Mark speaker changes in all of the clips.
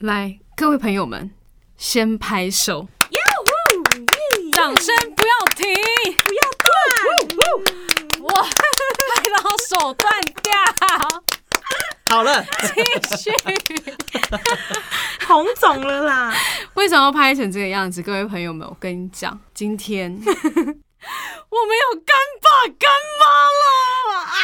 Speaker 1: 来，各位朋友们，先拍手，掌声不要停。
Speaker 2: 不要断！
Speaker 1: 哇，太老手断掉，
Speaker 3: 好了，
Speaker 1: 继续。
Speaker 2: 红肿了啦！
Speaker 1: 为什么要拍成这个样子？各位朋友们，我跟你讲，今天 我们有干爸干妈了啊！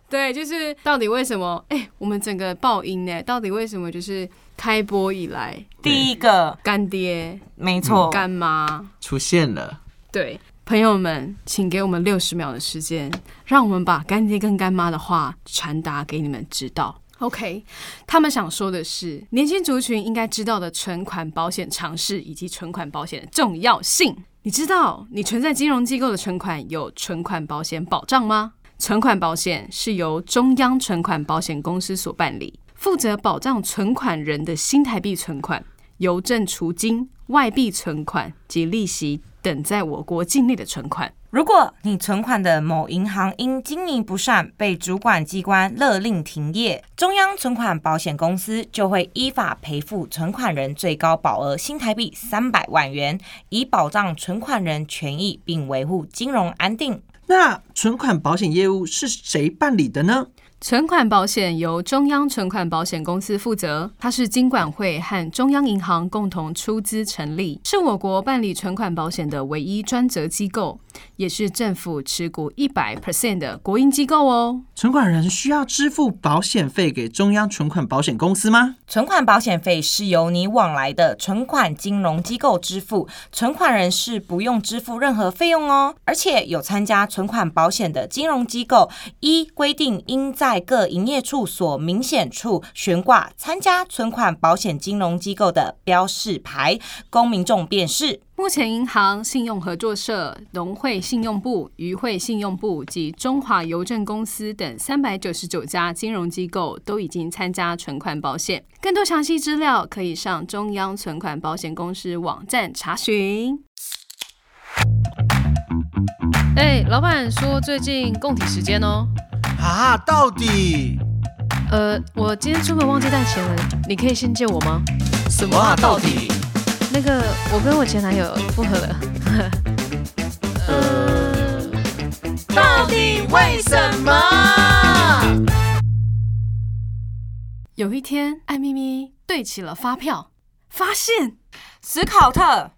Speaker 1: 对，就是到底为什么？哎、我们整个爆音呢？到底为什么？就是开播以来，
Speaker 2: 第一个
Speaker 1: 干爹、
Speaker 2: 没错，
Speaker 1: 干妈，
Speaker 3: 出现了，
Speaker 1: 对朋友们，请给我们六十秒的时间，让我们把干爹跟干妈的话传达给你们知道。OK，他们想说的是，年轻族群应该知道的存款保险常识以及存款保险的重要性。你知道你存在金融机构的存款有存款保险保障吗？存款保险是由中央存款保险公司所办理，负责保障存款人的新台币存款、邮政储金、外币存款及利息等在我国境内的存款。
Speaker 2: 如果你存款的某银行因经营不善被主管机关勒令停业，中央存款保险公司就会依法赔付存款人最高保额新台币三百万元，以保障存款人权益并维护金融安定。
Speaker 3: 那存款保险业务是谁办理的呢？
Speaker 1: 存款保险由中央存款保险公司负责，它是金管会和中央银行共同出资成立，是我国办理存款保险的唯一专责机构，也是政府持股一百 percent 的国营机构哦。
Speaker 3: 存款人需要支付保险费给中央存款保险公司吗？
Speaker 2: 存款保险费是由你往来的存款金融机构支付，存款人是不用支付任何费用哦。而且有参加存款保险的金融机构，依规定应在各营业处所明显处悬挂参加存款保险金融机构的标示牌，供民众辨识。
Speaker 1: 目前，银行、信用合作社、农会信用部、渔会信用部及中华邮政公司等三百九十九家金融机构都已经参加存款保险。更多详细资料可以上中央存款保险公司网站查询。哎、老板说最近供体时间哦。
Speaker 3: 啊，到底
Speaker 1: 呃，我今天出门忘记带钱了，你可以先借我吗？
Speaker 3: 什么啊？到底？
Speaker 1: 那个，我跟我前男友复合了。
Speaker 3: 到底为什么？
Speaker 1: 有一天，艾咪咪对齐了发票，发现
Speaker 2: 史考特，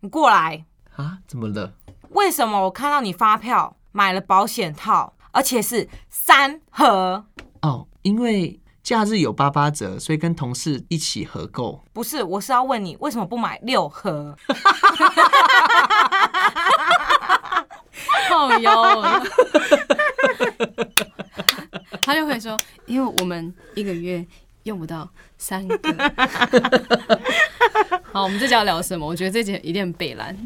Speaker 2: 你过来，
Speaker 3: 啊，怎么了？
Speaker 2: 为什么我看到你发票买了保险套，而且是三盒？
Speaker 3: 哦，因为假日有八八折，所以跟同事一起合购。
Speaker 2: 不是，我是要问你为什么不买六盒？
Speaker 1: 靠腰了，
Speaker 3: 啊
Speaker 1: 他就会说，因为我们一个月用不到三 个。好，我们这集要聊什么？我觉得这集一定很北蓝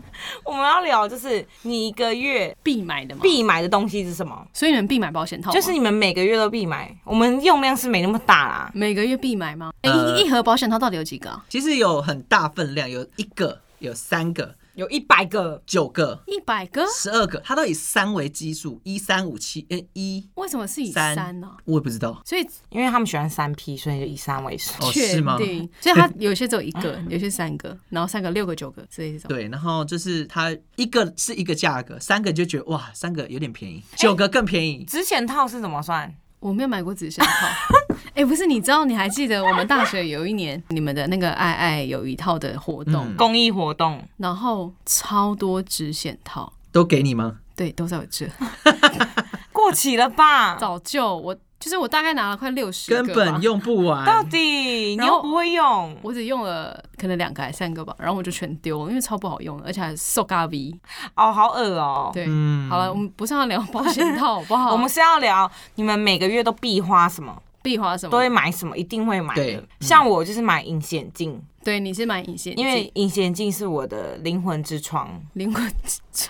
Speaker 2: 我们要聊就是你一个月
Speaker 1: 必买的嘛，
Speaker 2: 必买的东西是什么？
Speaker 1: 所以你们必买保险套吗，
Speaker 2: 就是你们每个月都必买，我们用量是没那么大啦。
Speaker 1: 每个月必买吗？哎、
Speaker 3: 呃
Speaker 1: 一一盒保险套到底有几个啊、
Speaker 3: 其实有很大分量，有一个，有三个，
Speaker 2: 有一百个，
Speaker 3: 九个。
Speaker 1: 一百个？
Speaker 3: 十二个，它都以三为基数，一三五七，呃，一
Speaker 1: 为什么是以
Speaker 3: 三
Speaker 1: 三呢、
Speaker 3: 我也不知道，
Speaker 1: 所以
Speaker 2: 因为他们喜欢三 P，所以就以三为数。
Speaker 3: 哦，
Speaker 1: 确
Speaker 3: 是吗？
Speaker 1: 定，所以它有些只有一个，有些三个，然后三个、六个、九个之类这种。
Speaker 3: 对，然后就是它一个是一个价格，三个就觉得哇，三个有点便宜，九个更便宜。
Speaker 2: 之前套是怎么算？
Speaker 1: 我没有买过纸箱 套。哎、不是，你知道？你还记得我们大学有一年， 你们的那个爱爱有一套的活动，
Speaker 3: 嗯
Speaker 2: 公益活动，
Speaker 1: 然后超多纸险套，
Speaker 3: 都给你吗？
Speaker 1: 对，都在我 这。
Speaker 2: 过期了吧？
Speaker 1: 早就我就是我大概拿了快六十个
Speaker 3: 根
Speaker 1: 吧，
Speaker 3: 本用不
Speaker 2: 到
Speaker 3: 完。
Speaker 2: 底你
Speaker 1: 然后
Speaker 2: 又不会用
Speaker 1: 我只用了可能两个还三个吧，然后我就全丢了，因为超不好用的，而且还瘦嘎逼。
Speaker 2: 哦，好恶哦、
Speaker 1: 对，
Speaker 3: 嗯
Speaker 1: 好了，我们不是要聊保险套好不好？
Speaker 2: 我们是要聊你们每个月都必花什么，
Speaker 1: 必花什
Speaker 2: 都
Speaker 1: 么？
Speaker 2: 会买什么，一定会买
Speaker 3: 对
Speaker 2: 的
Speaker 3: 嗯。
Speaker 2: 像我就是买隐形镜，
Speaker 1: 对，你是买隐形镜，
Speaker 2: 因为隐形镜是我的灵魂之窗，
Speaker 1: 灵魂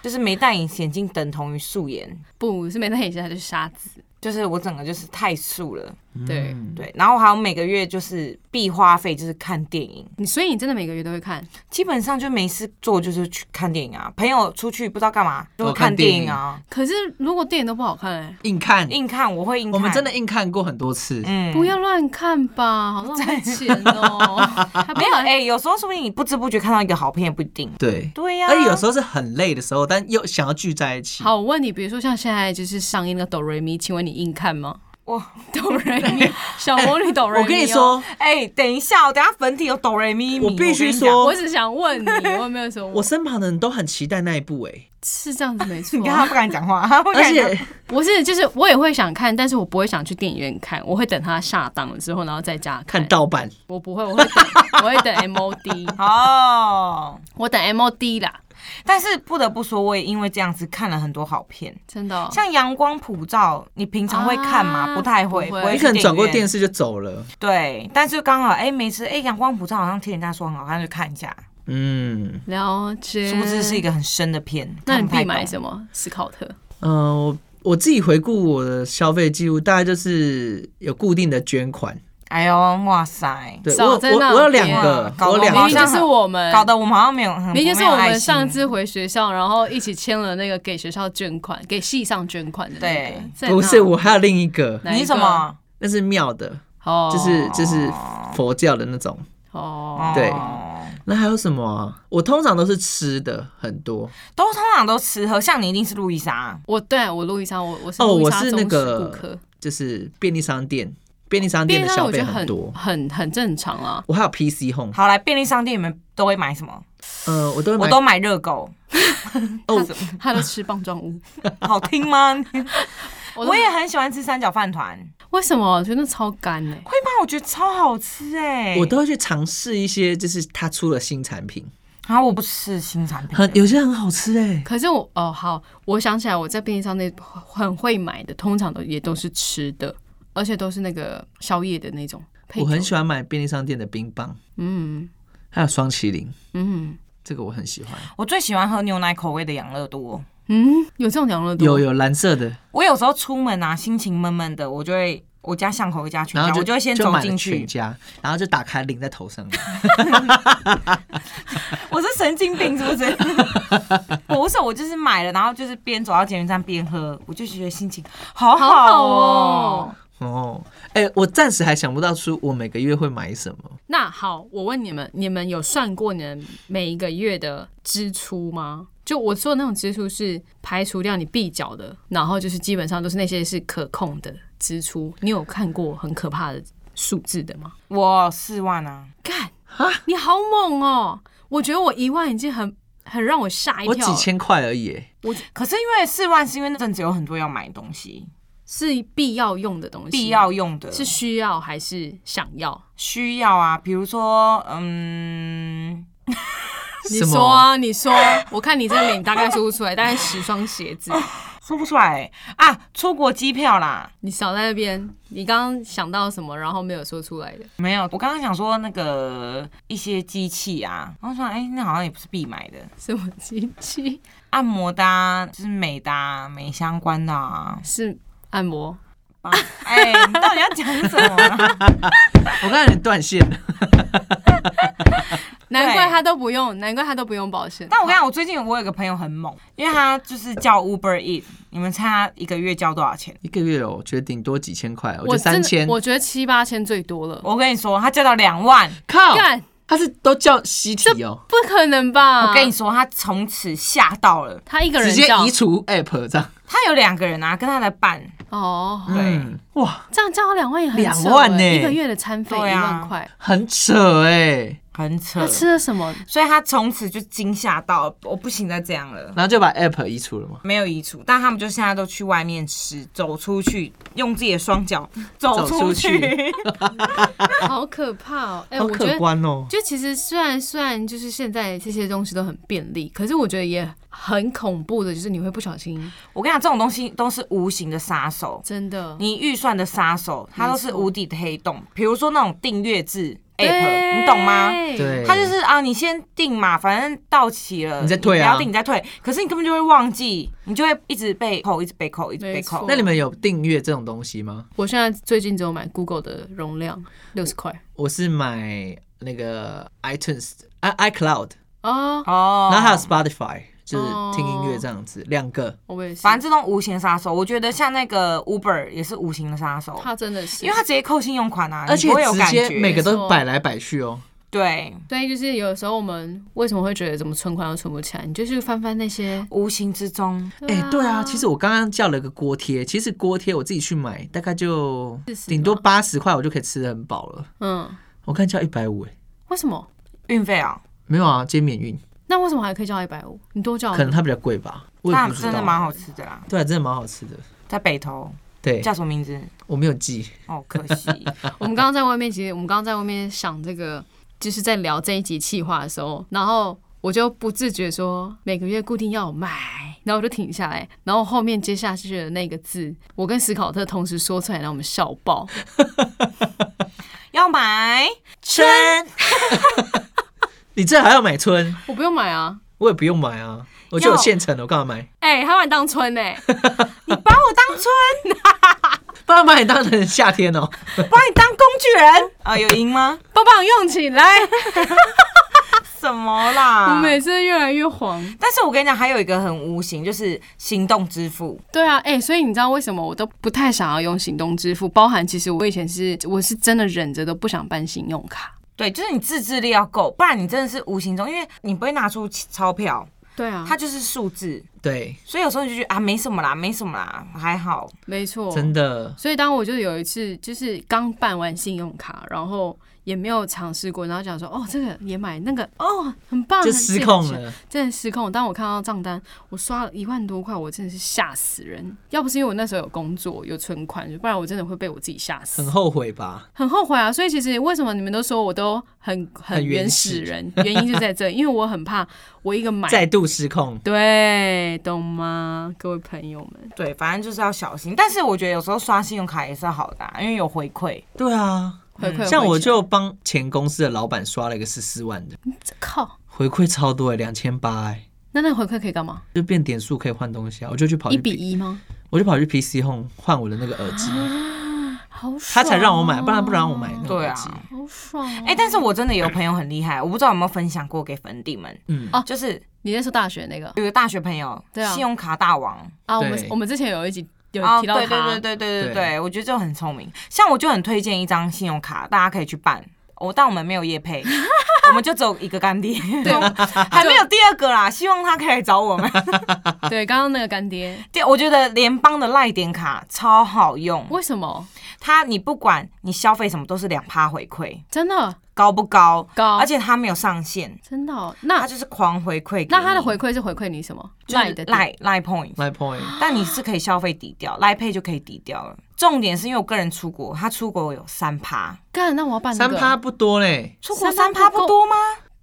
Speaker 2: 就是没戴隐形镜等同于素颜，
Speaker 1: 不是没戴眼镜，它就是沙子。
Speaker 2: 就是我整个就是太素了。
Speaker 1: 对，
Speaker 2: 嗯对，然后还有每个月就是必花费就是看电影，
Speaker 1: 你所以你真的每个月都会看？
Speaker 2: 基本上就没事做就是去看电影啊。朋友出去不知道干嘛，就会
Speaker 3: 哦看
Speaker 2: 看电影啊，
Speaker 1: 可是如果电影都不好看、
Speaker 2: 嗯
Speaker 1: 欸，
Speaker 3: 硬看，
Speaker 2: 硬看我会硬看。
Speaker 3: 我们真的硬看过很多次。
Speaker 2: 嗯
Speaker 1: 不要乱看吧，好浪费钱 哦、还不
Speaker 2: 没有
Speaker 1: 来
Speaker 2: 哎、有时候说不定你不知不觉看到一个好片也不一定。
Speaker 3: 对，
Speaker 2: 对呀、
Speaker 3: 而且有时候是很累的时候，但又想要聚在一起。
Speaker 1: 啊好，我问你，比如说像现在就是上映那个哆瑞咪，请问你硬看吗？
Speaker 2: 我
Speaker 1: 哆瑞 咪，小魔女哆瑞咪、哦
Speaker 3: 我跟你，说，
Speaker 2: 哎、等一下，我等一下粉体有哆瑞咪咪，
Speaker 3: 我必须
Speaker 2: 跟你讲
Speaker 3: 说
Speaker 1: 我只想问你，我有没有什 么？
Speaker 3: 我身旁的人都很期待那一部哎，
Speaker 1: 是这样子没错
Speaker 2: 你看他
Speaker 1: 啊，
Speaker 2: 不敢讲 话，他不
Speaker 3: 而
Speaker 2: 敢讲。
Speaker 3: 且
Speaker 1: 我是就是我也会想看，但是我不会想去电影院看，我会等它下档了之后，然后在家
Speaker 3: 看盗版，
Speaker 1: 我不会，我会等，我会等 MOD，
Speaker 2: 哦，
Speaker 1: 我等 MOD 啦，
Speaker 2: 但是不得不说，我也因为这样子看了很多好片，
Speaker 1: 真的哦、
Speaker 2: 像《阳光普照》，你平常会看吗？
Speaker 1: 啊
Speaker 2: 不太会，
Speaker 1: 不会
Speaker 2: 不会
Speaker 3: 你
Speaker 2: 去
Speaker 3: 可能转过电
Speaker 2: 影
Speaker 3: 视就走了。
Speaker 2: 院对，但是刚好哎、没事哎，《阳光普照》好像听人家说很好看，就看一下，
Speaker 3: 嗯
Speaker 1: 了解，
Speaker 2: 殊不知是一个很深的片。
Speaker 1: 那你必
Speaker 2: 看不太
Speaker 1: 买
Speaker 2: 懂
Speaker 1: 什么？斯考特。
Speaker 3: 嗯、呃我我自己回顾我的消费记录，大概就是有固定的捐款。
Speaker 2: 哎呦，哇塞，
Speaker 3: 对
Speaker 1: 少
Speaker 3: 我
Speaker 1: 在
Speaker 3: 我
Speaker 1: 那
Speaker 3: 我有
Speaker 1: 边啊
Speaker 3: 两个，
Speaker 2: 搞
Speaker 3: 我有
Speaker 2: 得
Speaker 3: 两
Speaker 1: 明
Speaker 2: 好
Speaker 1: 明
Speaker 2: 像
Speaker 3: 个
Speaker 1: 就。是我们
Speaker 2: 搞得我们好像没有很，
Speaker 1: 明明就是
Speaker 2: 没有
Speaker 1: 我
Speaker 2: 爱
Speaker 1: 们
Speaker 2: 心
Speaker 1: 上次回学校，然后一起签了那个给学校捐款、给系上捐款的那个
Speaker 2: 对。
Speaker 1: 在
Speaker 3: 不
Speaker 1: 哪
Speaker 3: 是，我还有另一个，
Speaker 1: 哪一
Speaker 2: 你
Speaker 1: 个
Speaker 2: 什么？
Speaker 3: 那是庙的，
Speaker 1: 哦，
Speaker 3: 就是就是佛教的那种。
Speaker 1: 哦，
Speaker 3: 对
Speaker 2: 哦
Speaker 3: 那还有什么啊？我通常都是吃的很多
Speaker 2: 都通常都吃喝，像你一定是路易莎，
Speaker 1: 我对啊我路易莎，我我是
Speaker 3: 哦
Speaker 1: 路易
Speaker 3: 我
Speaker 1: 莎
Speaker 3: 是
Speaker 1: 忠
Speaker 3: 那
Speaker 1: 实
Speaker 3: 个
Speaker 1: 顾客，
Speaker 3: 就是便利商店，便利商店
Speaker 1: 便利
Speaker 3: 的
Speaker 1: 商店
Speaker 3: 消
Speaker 1: 我觉
Speaker 3: 费
Speaker 1: 得很
Speaker 3: 多。
Speaker 1: 很很正常啊。
Speaker 3: 我还有 PC Home，
Speaker 2: 好来便利商店你们都会买什么？
Speaker 3: 呃，我都会
Speaker 2: 我
Speaker 3: 买
Speaker 2: 都买热 狗，
Speaker 3: 哦，
Speaker 1: 他都吃棒状物，
Speaker 2: 好听吗？
Speaker 1: 我都
Speaker 2: 我也很喜欢吃三角饭团，
Speaker 1: 为什么我觉得超干欸呢？
Speaker 2: 会吗？我觉得超好吃哎、
Speaker 3: 我都会去尝试一些，就是它出了新产品，
Speaker 2: 啊，我不吃新产品
Speaker 3: 很
Speaker 2: 的，
Speaker 3: 有些很好吃哎、
Speaker 1: 可是我哦好，我想起来我在便利商店很会买的，通常都也都是吃的，而且都是那个宵夜的那种配
Speaker 3: 我很
Speaker 1: 酒
Speaker 3: 喜欢买便利商店的冰棒，
Speaker 1: 嗯
Speaker 3: 还有双麒麟，
Speaker 1: 嗯
Speaker 3: 这个我很喜欢。
Speaker 2: 我最喜欢喝牛奶口味的养乐多。
Speaker 1: 嗯，有这种羊肉多
Speaker 3: 有有蓝色的，
Speaker 2: 我有时候出门啊，心情闷闷的，我就会我家巷口有一家全
Speaker 3: 然
Speaker 2: 家，
Speaker 3: 后就
Speaker 2: 我就会先
Speaker 3: 就
Speaker 2: 走
Speaker 3: 买了
Speaker 2: 进
Speaker 3: 全
Speaker 2: 去。
Speaker 3: 家，然后就打开淋在头上。
Speaker 2: 我是神经病是 不是？我不是，我就是买了，然后就是边走到捷运站边喝，我就觉得心情好
Speaker 1: 好好
Speaker 2: 哦
Speaker 1: 哦。。
Speaker 3: 哦，哎、我暂时还想不到出我每个月会买什么。
Speaker 1: 那好，我问你们，你们有算过你们每一个月的支出吗？就我说的那种支出是排除掉你必缴的，然后就是基本上都是那些是可控的支出。你有看过很可怕的数字的吗？
Speaker 2: 我四万啊，
Speaker 1: 干，你好猛哦！我觉得我一万已经很很让我吓一
Speaker 3: 我
Speaker 1: 跳
Speaker 3: 几
Speaker 1: 了，
Speaker 3: 千块而已、哎
Speaker 2: 可是因为四万是因为那阵子有很多要买的东西，
Speaker 1: 是必要用的东西，
Speaker 2: 必要用的，
Speaker 1: 是需要还是想要？
Speaker 2: 需要啊，比如说，嗯，
Speaker 1: 你
Speaker 3: 什么
Speaker 1: 说啊，你说，我看你这脸大概说不出来，大概十双鞋子。
Speaker 2: 说不出来、啊，出国机票啦，
Speaker 1: 你少在那边，你刚刚想到什么，然后没有说出来的，
Speaker 2: 没有，我刚刚想说那个一些机器啊，然后说，哎、那好像也不是必买的，
Speaker 1: 什么机器？
Speaker 2: 按摩的、啊，就是美的、啊，美相关的啊，
Speaker 1: 是按摩？
Speaker 2: 啊哎、你到底要讲什么啊、
Speaker 3: 我刚才有点断线了。
Speaker 1: 难怪他都不用，难怪他都不用保险。
Speaker 2: 但我跟你讲，我最近我有个朋友很猛，因为他就是叫 Uber Eat，你们猜他一个月交多少钱？
Speaker 3: 一个月哦，我觉得顶多几千块，哦我
Speaker 1: 我
Speaker 3: 觉得
Speaker 1: 真的
Speaker 3: 三千。
Speaker 1: 我觉得七八千最多了。
Speaker 2: 我跟你说，他交到两万。
Speaker 3: 靠，
Speaker 1: 干，
Speaker 3: 他是都叫西提哦，
Speaker 1: 不可能吧？
Speaker 2: 我跟你说，他从此吓到了。
Speaker 1: 他一个
Speaker 3: 直
Speaker 1: 人
Speaker 3: 接
Speaker 1: 叫
Speaker 3: 移除 app 这样。
Speaker 2: 他有两个人啊，跟他的伴，
Speaker 1: 哦，
Speaker 2: 对
Speaker 3: 嗯，哇，
Speaker 1: 这样叫两万也很扯
Speaker 3: 两万呢
Speaker 1: 欸一个月的餐费一
Speaker 2: 对啊
Speaker 1: 万块，
Speaker 3: 很扯哎、
Speaker 2: 很扯
Speaker 1: 他。吃了什 么？
Speaker 2: 所以他从此就惊吓到，我不行再这样了，
Speaker 3: 然后就把 app 移除了嘛。
Speaker 2: 没有移除。但他们就现在都去外面吃，走出去，用自己的双脚走
Speaker 3: 走出
Speaker 2: 出
Speaker 3: 去
Speaker 2: 去。
Speaker 1: 好可怕哦！哎，
Speaker 3: 好
Speaker 1: 我觉
Speaker 3: 可
Speaker 1: 得
Speaker 3: 观哦，
Speaker 1: 就其实虽然虽然就是现在这些东西都很便利，可是我觉得也很恐怖的，就是你会不小心
Speaker 2: 我跟你讲，这种东西都是无形的杀手，
Speaker 1: 真的
Speaker 2: 你预算的杀手，它都是无底的黑洞。比如说那种订阅制， app，你懂吗？
Speaker 3: 对
Speaker 2: 它就是啊，你先定嘛，反正到期了，
Speaker 3: 你再退啊
Speaker 2: 不要定你再退。可是你根本就会忘记，你就会一直被扣，一直被扣，一直被
Speaker 1: 没
Speaker 2: 扣
Speaker 1: 错。
Speaker 3: 那你们有订阅这种东西吗？
Speaker 1: 我现在最近只有买 Google 的容量六十块
Speaker 3: 我是买那个 iTunes、i iCloud，
Speaker 1: 哦，
Speaker 2: 哦，
Speaker 3: 然后还有 Spotify，就是听音
Speaker 1: 哦
Speaker 3: 乐这样子，两个。
Speaker 1: 我也是，
Speaker 2: 反正这种无形杀手，我觉得像那个 Uber 也是无形的杀手，
Speaker 1: 他真的是，
Speaker 2: 因为他直接扣信用款啊，
Speaker 3: 而且
Speaker 2: 你不会有
Speaker 3: 直
Speaker 2: 感
Speaker 3: 接
Speaker 2: 觉。
Speaker 3: 每个
Speaker 1: 没
Speaker 3: 都
Speaker 1: 错
Speaker 3: 摆来摆去哦，
Speaker 2: 对
Speaker 1: 对，就是有时候我们为什么会觉得怎么存款都存不起来，你就去翻翻那些，
Speaker 2: 无形之中，
Speaker 3: 哎、对啊，其实我刚刚叫了个锅贴，其实锅贴我自己去买，大概就
Speaker 1: 40
Speaker 3: 顶多八十块，我就可以吃的很饱了。
Speaker 1: 嗯，
Speaker 3: 我看叫一百五，哎，
Speaker 1: 为什么？
Speaker 2: 运费啊，
Speaker 3: 没有啊，今天免运，
Speaker 1: 那为什么还可以叫一百五？你多叫
Speaker 3: 可能它比较贵吧，我也
Speaker 2: 那
Speaker 3: 不知
Speaker 2: 真的
Speaker 3: 道。
Speaker 2: 蛮好吃的啦，
Speaker 3: 对啊，真的蛮好吃的。
Speaker 2: 在北投
Speaker 3: 对，
Speaker 2: 叫什么名字？
Speaker 3: 我没有记。
Speaker 2: 哦，可惜。
Speaker 1: 我们刚刚在外面，其实我们刚刚在外面想这个，就是在聊这一集企划的时候，然后我就不自觉说每个月固定要买，然后我就停下来，然后后面接下去的那个字，我跟史考特同时说出来，然后我们笑爆。
Speaker 2: 要买
Speaker 3: 春，你这还要买春？
Speaker 1: 我不用买啊，
Speaker 3: 我也不用买啊，我就有现成的，我干嘛买？
Speaker 1: 哎、他把你当村哎、
Speaker 2: 你把我当春，
Speaker 3: 不然把你当成夏天哦。
Speaker 2: 把你当工具人啊、有赢吗？
Speaker 1: 棒棒用起 来，
Speaker 2: 什么啦？
Speaker 1: 我每次越来越黄。
Speaker 2: 但是我跟你讲，还有一个很无形，就是行动支付。
Speaker 1: 对啊，哎、所以你知道为什么我都不太想要用行动支付？包含其实我以前是我是真的忍着都不想办信用卡。
Speaker 2: 对，就是你自制力要够，不然你真的是无形中，因为你不会拿出钞票，
Speaker 1: 对啊
Speaker 2: 它就是数字，
Speaker 3: 对，
Speaker 2: 所以有时候你就觉得啊，没什么啦，没什么啦，还好。
Speaker 1: 没错，
Speaker 3: 真的，
Speaker 1: 所以当我就有一次就是刚办完信用卡，然后也没有尝试过，然后讲说哦这个也买那个哦很棒，
Speaker 3: 就
Speaker 1: 很
Speaker 3: 失控
Speaker 1: 谢谢，
Speaker 3: 了。
Speaker 1: 真的失控。当我看到账单，我刷了一万多块，我真的是吓死人。要不是因为我那时候有工作有存款，不然我真的会被我自己吓死
Speaker 3: 很，后悔吧？
Speaker 1: 很后悔啊。所以其实为什么你们都说我都很很
Speaker 3: 很原
Speaker 1: 原
Speaker 3: 始
Speaker 1: 始人，原因就在这，因为我很怕我一个 买。
Speaker 3: 再度失控，
Speaker 1: 对，懂吗，各位朋友们？
Speaker 2: 对，反正就是要小心。但是我觉得有时候刷信用卡也是好的啊、因为有回馈。
Speaker 3: 对啊，
Speaker 1: 回馈
Speaker 3: 像
Speaker 1: 回
Speaker 3: 我
Speaker 1: 去
Speaker 3: 就帮前公司的老板刷了一个十四万的，
Speaker 1: 靠，
Speaker 3: 回馈超多哎，两千八哎，
Speaker 1: 那那回馈可以干嘛？
Speaker 3: 就变点数可以换东西啊，我就去跑
Speaker 1: 一
Speaker 3: 去
Speaker 1: 比一吗？
Speaker 3: 我就跑去 PC Home 换我的那个耳机，
Speaker 1: 啊
Speaker 2: 啊
Speaker 1: 好
Speaker 2: 哦
Speaker 1: 爽、
Speaker 3: 他才让我买，不然不让我买那个
Speaker 1: 哦
Speaker 2: 对
Speaker 3: 耳
Speaker 2: 啊
Speaker 3: 机。
Speaker 1: 好爽、
Speaker 2: 哎、但是我真的有朋友很厉害，我不知道有没有分享过给粉底们，
Speaker 3: 嗯，
Speaker 1: 哦
Speaker 2: 就是
Speaker 1: 你那时候大学那个
Speaker 2: 有个大学朋友，
Speaker 1: 对啊
Speaker 2: 信用卡大王。
Speaker 1: 啊，我
Speaker 3: 对
Speaker 1: 们我们之前有一集有
Speaker 2: 哦，
Speaker 1: 提到他，
Speaker 2: 对对对对对对
Speaker 3: 对
Speaker 2: 对，我觉得这种很聪明。像我就很推荐一张信用卡，大家可以去办。哦，但我们没有 业配，我们就只有一个干爹，
Speaker 1: 对
Speaker 2: 还没有第二个啦。希望他可以来找我们。
Speaker 1: 对刚刚那个干爹，
Speaker 2: 对，我觉得联邦的赖点卡超好用，
Speaker 1: 为什么
Speaker 2: 它你不管你消费什么都是两趴回馈，
Speaker 1: 真的
Speaker 2: 高不高？
Speaker 1: 高？
Speaker 2: 而且它没有上限，
Speaker 1: 真的哦、
Speaker 2: 它
Speaker 1: 那
Speaker 2: 就是狂回馈给你。
Speaker 1: 那他的回馈是回馈你什么？
Speaker 2: 就是
Speaker 1: 赖的点
Speaker 2: 赖赖 point，
Speaker 3: My point，
Speaker 2: 但你是可以消费抵掉，赖配就可以抵掉了。重点是因为我个人出国，他出国有三趴，
Speaker 1: 干，那我要办那
Speaker 3: 三
Speaker 1: 个
Speaker 3: 趴，不多嘞，
Speaker 2: 出国
Speaker 1: 三
Speaker 2: 三
Speaker 1: 趴
Speaker 2: 趴
Speaker 1: 不
Speaker 2: 不
Speaker 1: 多
Speaker 2: 多吗？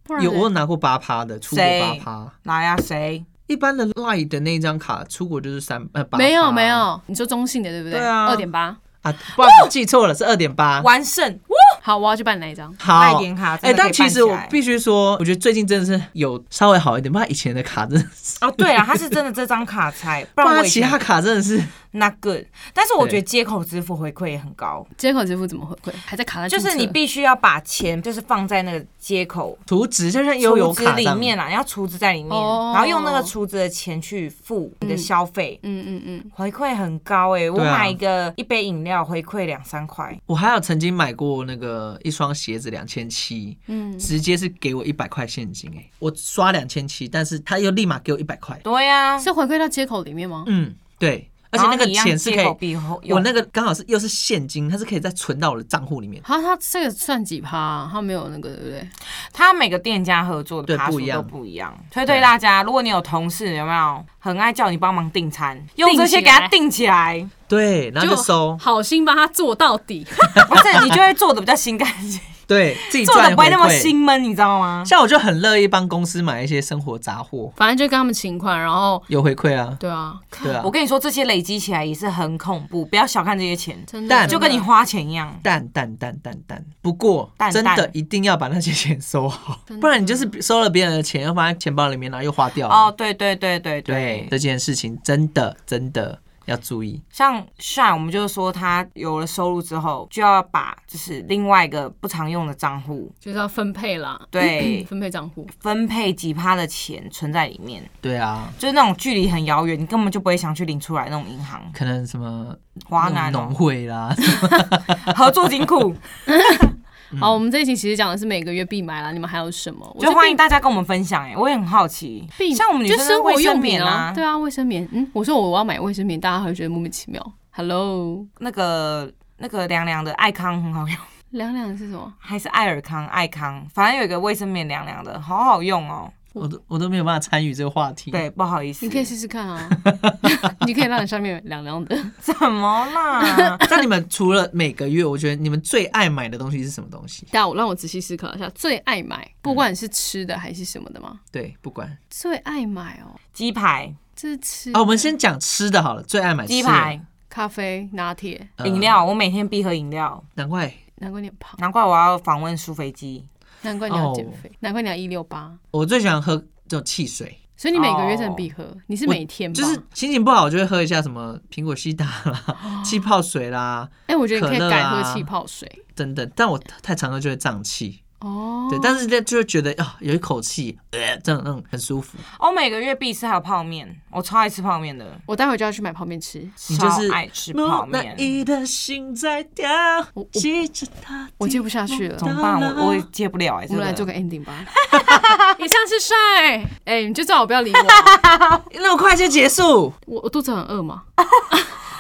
Speaker 1: 不然
Speaker 3: 有我有
Speaker 1: 嘞
Speaker 3: 拿过八趴的，出国
Speaker 2: 谁
Speaker 3: 八趴。
Speaker 2: 来呀、谁？
Speaker 3: 一般的 Line 的那一张卡出国就是三呃八，
Speaker 1: 没有没有，你说中性的对不对？
Speaker 3: 对啊
Speaker 1: 二点八，
Speaker 3: 啊，不好意思，记错了是二点八。
Speaker 2: 完胜
Speaker 1: 好，我要去办那一张。
Speaker 2: 卖
Speaker 3: 好，
Speaker 2: 点卡，
Speaker 3: 哎、
Speaker 2: 真的可以
Speaker 3: 但其实我
Speaker 2: 办起来
Speaker 3: 必须说，我觉得最近真的是有稍微好一点，不然以前的卡真的是，
Speaker 2: 哦，对啊，他是真的这张卡才， 不
Speaker 3: 不
Speaker 2: 然
Speaker 3: 然
Speaker 2: 我以
Speaker 3: 其
Speaker 2: 前
Speaker 3: 他卡真的是
Speaker 2: not good。但是我
Speaker 3: 对
Speaker 2: 觉得接口支付回馈也很高，
Speaker 1: 接口支付怎么回馈？还在
Speaker 3: 啊
Speaker 1: 卡在
Speaker 2: 就
Speaker 1: 注册
Speaker 2: 是你必须要把钱就是放在那个接口
Speaker 3: 储值，就像悠游
Speaker 2: 储值
Speaker 3: 哎卡这
Speaker 2: 里
Speaker 3: 样
Speaker 2: 面啦，啊要储值在里面，
Speaker 1: 哦
Speaker 2: 然后用那个储值的钱去付你的消费。
Speaker 1: 嗯嗯嗯，
Speaker 2: 回馈很高哎、我
Speaker 3: 对啊
Speaker 2: 买一个一杯饮料回馈两三块，
Speaker 3: 我还有曾经买过那个一双鞋子两千七，
Speaker 1: 嗯
Speaker 3: 直接是给我一百块现金、哎，我刷两千七，但是他又立马给我一百块，
Speaker 2: 对呀、啊，
Speaker 1: 是回馈到接口里面吗？
Speaker 3: 嗯，对，而且那个钱是可
Speaker 2: 然后
Speaker 3: 以，
Speaker 2: 你一样接口必
Speaker 3: 我
Speaker 2: 用
Speaker 3: 那个刚好是又是现金，它是可以再存到我的账户里面，
Speaker 1: 好，他这个算几趴啊？他没有那个对不对？
Speaker 2: 他每个店家合作的
Speaker 3: 对
Speaker 2: 趴数
Speaker 3: 不一样
Speaker 2: 都不一样，推推大家，如果你有同事有没有很爱叫你帮忙订餐，用这些给他订起 来，
Speaker 3: 对，然后就收，
Speaker 1: 好心帮他做到底。
Speaker 2: 不是你就会做的比较心甘情。
Speaker 3: 对自己
Speaker 2: 做
Speaker 3: 赚
Speaker 2: 的不会那么
Speaker 3: 回馈
Speaker 2: 心闷，你知道吗？
Speaker 3: 像我就很乐意帮公司买一些生活杂货，
Speaker 1: 反正就跟他们请款，然后
Speaker 3: 有回馈啊，
Speaker 1: 对啊，
Speaker 3: 对啊
Speaker 2: 我。跟你说，这些累积起来也是很恐怖，不要小看这些钱，
Speaker 1: 真的
Speaker 3: 但
Speaker 2: 就跟你
Speaker 1: 真的
Speaker 2: 花钱一样。
Speaker 3: 淡淡淡淡淡，不过
Speaker 2: 淡
Speaker 3: 真
Speaker 2: 淡
Speaker 3: 的一定要把那些钱收好
Speaker 1: 真，的
Speaker 3: 不然你就是收了别人的钱，又放在钱包里面，然后又花掉了。
Speaker 2: 哦，对对对对
Speaker 3: 对，这件事情真的真的要注意。
Speaker 2: 像 Shine，我们就是说他有了收入之后，就要把就是另外一个不常用的账户
Speaker 1: 就是要分配啦， 嗯
Speaker 2: 对
Speaker 1: 分配账户，
Speaker 2: 分配几趴的钱存在里面，
Speaker 3: 对啊，
Speaker 2: 就是那种距离很遥远，你根本就不会想去领出来那种银行、
Speaker 3: 可能什么
Speaker 2: 华
Speaker 3: 那
Speaker 2: 南
Speaker 3: 种农
Speaker 2: 哦、
Speaker 3: 会啦，
Speaker 2: 合作 金库，
Speaker 1: 好，我们这一集其实讲的是每个月必买啦，你们还有什么？我
Speaker 2: 嗯就欢迎
Speaker 1: 大
Speaker 2: 大家跟我们分享、哎，我也很好奇，像我们女
Speaker 1: 就
Speaker 2: 生
Speaker 1: 生活
Speaker 2: 卫
Speaker 1: 用
Speaker 2: 生
Speaker 1: 品
Speaker 2: 棉啊，
Speaker 1: 对啊，卫生棉。嗯，我说我要买卫生棉，大家会觉得莫名其妙。Hello，
Speaker 2: 那个那个凉凉的爱康很好用，
Speaker 1: 凉凉的是什么？
Speaker 2: 还是爱尔康、爱康，反正有一个卫生棉凉凉的，好好用哦。
Speaker 3: 我都我都没有办法参与这个话题。
Speaker 2: 对，不好意思，
Speaker 1: 你可以试试看 啊，你可以让你上面凉凉的。
Speaker 2: 怎么 啦？
Speaker 3: 那你们除了每个月，我觉得你们最爱买的东西是什么东西？
Speaker 1: 大家我让我仔细思考一下，最爱买，不管是吃的还是什么的吗？
Speaker 3: 对，不管
Speaker 1: 最爱买哦，
Speaker 2: 鸡排、
Speaker 1: 这是吃
Speaker 2: 哦
Speaker 1: 的。
Speaker 3: 啊，我们先讲吃的好了，最爱买吃
Speaker 2: 嗯
Speaker 3: 的
Speaker 2: 鸡排、
Speaker 1: 咖啡、拿铁，
Speaker 3: 呃
Speaker 2: 饮料，我每天必喝饮料，
Speaker 3: 难怪
Speaker 1: 难怪你很胖，
Speaker 2: 难怪我要访问苏菲鸡。
Speaker 1: 难怪你要
Speaker 3: 哦
Speaker 1: 减肥，难怪你要一六八。
Speaker 3: 我最喜欢喝这种汽水，
Speaker 1: 所以你每个月真的必喝，你是
Speaker 3: 哦我
Speaker 1: 每
Speaker 2: 嗯
Speaker 1: 天吧？
Speaker 3: 就是心情不好，我就会喝一下什么苹果西达
Speaker 2: 哦
Speaker 3: 啦、气泡水啦
Speaker 1: 哎、我觉得你可
Speaker 3: 可
Speaker 1: 以
Speaker 3: 乐
Speaker 1: 改喝
Speaker 3: 啊
Speaker 1: 气泡水
Speaker 3: 等等。但我太常喝就会胀气，
Speaker 1: 哦。
Speaker 3: 啊对，但是就就会觉得啊、有一口气，呃，这种那种很舒服。
Speaker 2: 我哦每个月必吃还有泡面，我超爱吃泡面的，
Speaker 1: 我待会就要去买泡面吃。
Speaker 3: 你就是
Speaker 2: 超爱吃泡
Speaker 3: 木乃
Speaker 2: 面。
Speaker 3: 伊的心在跳
Speaker 1: 我我，
Speaker 3: 记着他。
Speaker 1: 我接不下去了
Speaker 2: 怎么办？我我也戒不了哎、
Speaker 1: 我
Speaker 2: 这
Speaker 1: 们来做
Speaker 2: 个
Speaker 1: 个 ending 吧。 以上是帅，哎、你就叫我不要理 我，
Speaker 3: 那么快就结束？
Speaker 1: 我我肚子很饿嘛。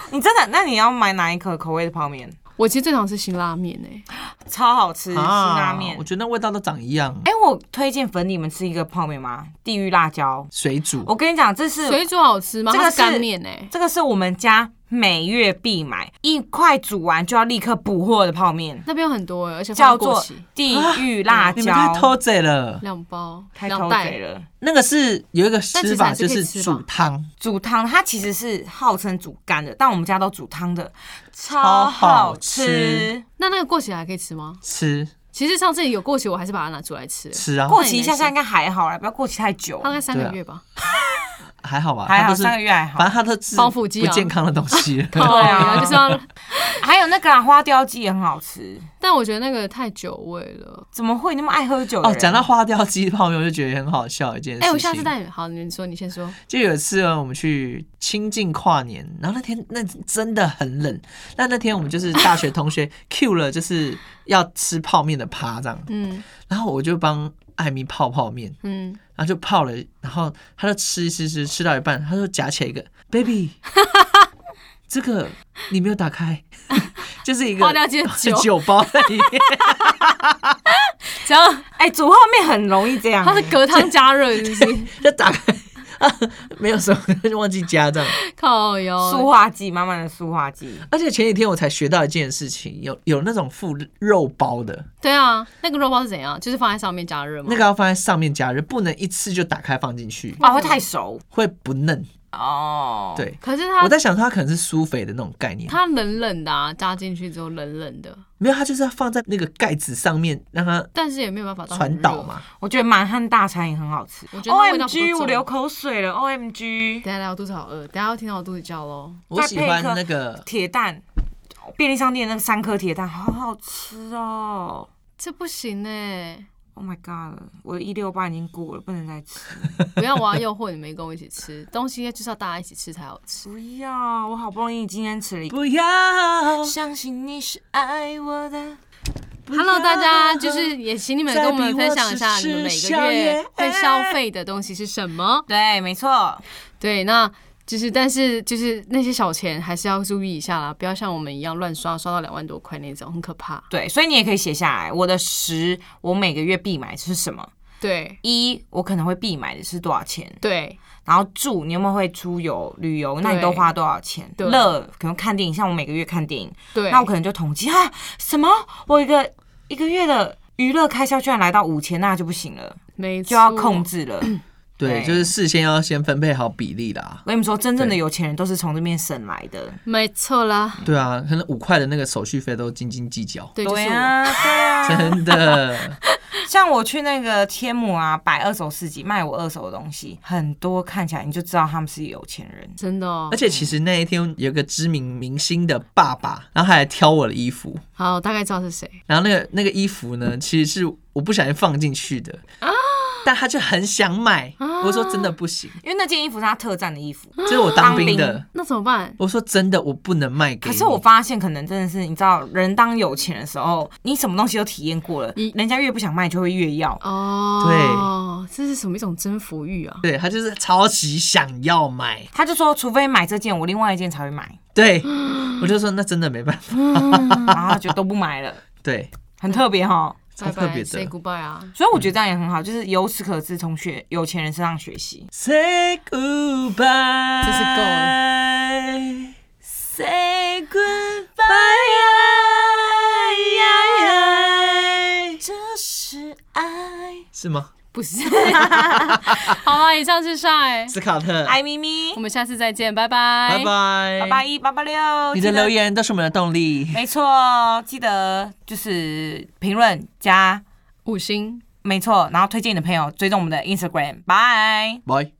Speaker 2: 你真的？那你要买哪一颗口味的泡面？
Speaker 1: 我其实最常吃辛拉面哎、
Speaker 2: 超好吃，辛拉面
Speaker 3: 啊我。觉得那味道都长一样，
Speaker 2: 哎、我推荐粉你们吃一个泡面吗？地狱辣椒。
Speaker 3: 水煮。
Speaker 2: 我跟你讲，这是
Speaker 1: 水煮好吃吗？
Speaker 2: 这个
Speaker 1: 它是干
Speaker 2: 是
Speaker 1: 面哎、
Speaker 2: 这个是我们家每月必买，一块煮完就要立刻补货的泡面，
Speaker 1: 那边有很多、哎而且放
Speaker 2: 叫
Speaker 1: 到过
Speaker 2: 做
Speaker 1: 期
Speaker 2: 地狱辣
Speaker 3: 啊你
Speaker 2: 椒。
Speaker 3: 们太偷贼了！
Speaker 1: 两包
Speaker 2: 太
Speaker 1: 两
Speaker 2: 偷
Speaker 1: 袋
Speaker 2: 贼。了。
Speaker 3: 那个是有一个吃法，
Speaker 1: 但其实还是
Speaker 3: 就
Speaker 1: 可以
Speaker 3: 是
Speaker 1: 吃吧
Speaker 3: 煮汤，
Speaker 2: 煮汤，它其实是号称煮干的，但我们家都煮汤的，超
Speaker 3: 超
Speaker 2: 好
Speaker 3: 好
Speaker 2: 吃
Speaker 3: 吃。哦
Speaker 1: 那那个过期还可以吃吗？
Speaker 3: 吃
Speaker 1: 其实上次有过期，我还是把它拿出来吃、哎
Speaker 3: 吃啊，
Speaker 2: 过期一下下应该还好啦，不要过期太久
Speaker 1: 大，概三
Speaker 3: 对
Speaker 1: 个
Speaker 3: 啊
Speaker 1: 月吧。
Speaker 3: 还好吧？
Speaker 2: 还
Speaker 3: 它
Speaker 2: 好
Speaker 3: 都是
Speaker 2: 三个月还好
Speaker 3: 反。正它都是
Speaker 1: 防腐剂啊
Speaker 3: 不健康的东 西。
Speaker 1: 对啊，
Speaker 2: 对啊
Speaker 1: 就是要。
Speaker 2: 还有那个啊花雕鸡也很好吃，
Speaker 1: 但我觉得那个太久味了。
Speaker 2: 怎么会那么爱喝酒的
Speaker 3: 哦，
Speaker 2: 人？
Speaker 3: 讲到花雕鸡泡面，我就觉得很好笑的一件事情。
Speaker 1: 哎、我下次带你。好，你说，你先说。
Speaker 3: 就有一次啊，我们去清境跨年，然后那天那真的很冷。那那天我们就是大学同学 Q 了，就是要吃泡面的趴这样，
Speaker 1: 嗯
Speaker 3: 然后我就帮艾米泡泡面，
Speaker 1: 嗯，
Speaker 3: 然后就泡了，然后他就吃吃吃吃到一半，他就夹起来一个 baby，这个你没有打开， 就是一个
Speaker 1: 花掉鸡的酒
Speaker 3: 酒包在里面，
Speaker 1: 这样
Speaker 2: 哎、煮泡面很容易这样、
Speaker 1: 它是
Speaker 2: 欸。
Speaker 1: 隔汤加热，是不是？
Speaker 3: 就打开。啊，没有什么，就忘记加这样。
Speaker 1: 靠
Speaker 2: 塑
Speaker 1: 哟，
Speaker 2: 化剂，满满的塑化剂，
Speaker 3: 而且前几天我才学到一件事情，有有那种附肉包的，
Speaker 1: 对啊，那个肉包是怎样？就是放在上面加热吗？
Speaker 3: 那个要放在上面加热，不能一次就打开放进去，
Speaker 2: 哦，会太熟
Speaker 3: 会不嫩。
Speaker 2: 哦。，
Speaker 3: 对，
Speaker 1: 可是它
Speaker 3: 我在想它可能是苏肥的那种概念，
Speaker 1: 它冷冷的啊，加进去之后冷冷的，
Speaker 3: 没有，它就是要放在那个盖子上面让它
Speaker 1: 但是也没有办法到很
Speaker 3: 传导
Speaker 1: 热。
Speaker 3: 嘛。
Speaker 2: 我觉得满汉大餐也很好吃。
Speaker 1: 我觉得它味道不
Speaker 2: OMG，
Speaker 1: 够
Speaker 2: 我流
Speaker 1: 重。
Speaker 2: 口水了。OMG，
Speaker 1: 等一下，等一下，我肚子好饿，等一下要听到我肚子叫喽。
Speaker 3: 我喜欢那个
Speaker 2: 铁蛋，便利商店那个三颗铁蛋，好好吃哦。
Speaker 1: 这不行欸呢、
Speaker 2: Oh my god！我的一六八已经过了，不能再吃。
Speaker 1: 不要我要诱惑你们跟我一起吃东西，就是要大家一起吃才好吃。
Speaker 2: 不要，我好不容易今天吃了一个。
Speaker 3: 不要。
Speaker 2: 相信你是爱我的。
Speaker 1: Hello，大家就是也请你们跟我们分享一下你们每个月会消费的东西是什么。
Speaker 2: 对，没错，
Speaker 1: 对，那就是但是就是那些小钱还是要注意一下啦，不要像我们一样乱刷，刷到两万多块那种，很可怕。
Speaker 2: 对，所以你也可以写下来。我的十，我每个月必买是什么？
Speaker 1: 对
Speaker 2: 一，我可能会必买的是多少钱？
Speaker 1: 对
Speaker 2: 然后住，你有没有会出游旅游？那你
Speaker 1: 对
Speaker 2: 都花多少钱？
Speaker 1: 对
Speaker 2: 乐，可能看电影，像我每个月看电影，
Speaker 1: 对，
Speaker 2: 那我可能就统计啊，什么？我一个一个月的娱乐开销居然来到五千，那就不行了，
Speaker 1: 没错，
Speaker 2: 就要控制了。我
Speaker 3: 对，
Speaker 2: 对
Speaker 3: 就是事先要先分配好比例啦。
Speaker 2: 跟你们说，真正的
Speaker 3: 对
Speaker 2: 有钱人都是从这边省来的。
Speaker 1: 没错啦，
Speaker 3: 对啊，可能五块的那个手续费都斤斤计较，
Speaker 1: 对，就是
Speaker 2: 对
Speaker 1: 我。
Speaker 2: 啊，对啊。
Speaker 3: 真的。
Speaker 2: 像我去那个天母啊，摆二手市集卖我二手的东西，很多看起来你就知道他们是有钱人。
Speaker 1: 真的哦
Speaker 3: 而，且其实那一天有一个知名明星的爸爸，然后他来挑我的衣服，
Speaker 1: 好，我大概知道是谁。
Speaker 3: 然后那个那个衣服呢，其实是我不小心放进去的但他就很想买，我说真的不行，
Speaker 2: 因为那件衣服是他特战的衣服，
Speaker 3: 这是我当兵
Speaker 2: 当
Speaker 3: 的，
Speaker 1: 那怎么办？
Speaker 3: 我说真的我不能卖给
Speaker 2: 可
Speaker 3: 你。
Speaker 2: 是我发现可能真的是你知道，人当有钱的时候，你什么东西都体验过了
Speaker 1: 一，
Speaker 2: 人家越不想卖就会越要。
Speaker 1: 哦，对，这是什么一种征服欲啊？
Speaker 3: 对他就是超级想要买，
Speaker 2: 他就说，除非买这件，我另外一件才会买，
Speaker 3: 对我就说那真的没办法，嗯
Speaker 2: 然后他啊就都不买 了，
Speaker 3: 对，
Speaker 2: 很特别哈。
Speaker 3: 超
Speaker 1: 拜
Speaker 3: 特
Speaker 1: 拜
Speaker 3: 别
Speaker 1: ，say
Speaker 3: 的。
Speaker 1: goodbye 啊！
Speaker 2: 所以我觉得这样也很好，就是由此可知，从学有钱人身上学习。
Speaker 3: Say goodbye，
Speaker 1: 这是够
Speaker 3: 了。
Speaker 2: Say
Speaker 3: 哎
Speaker 2: goodbye，这是爱。
Speaker 3: 是吗？
Speaker 1: 不是， 好了，以上是 Shy，
Speaker 3: 斯卡特，
Speaker 2: 爱咪咪
Speaker 3: 嗯
Speaker 1: 我，们下次再见，拜拜，
Speaker 3: 拜拜，
Speaker 2: 八八。一八八六，
Speaker 3: 你的
Speaker 2: 记得
Speaker 3: 留言都是我们的动力。
Speaker 2: 没错，记得就是评论加
Speaker 1: 五星。
Speaker 2: 没错，然后推荐你的朋友追踪我们的 Instagram，拜。
Speaker 3: Bye。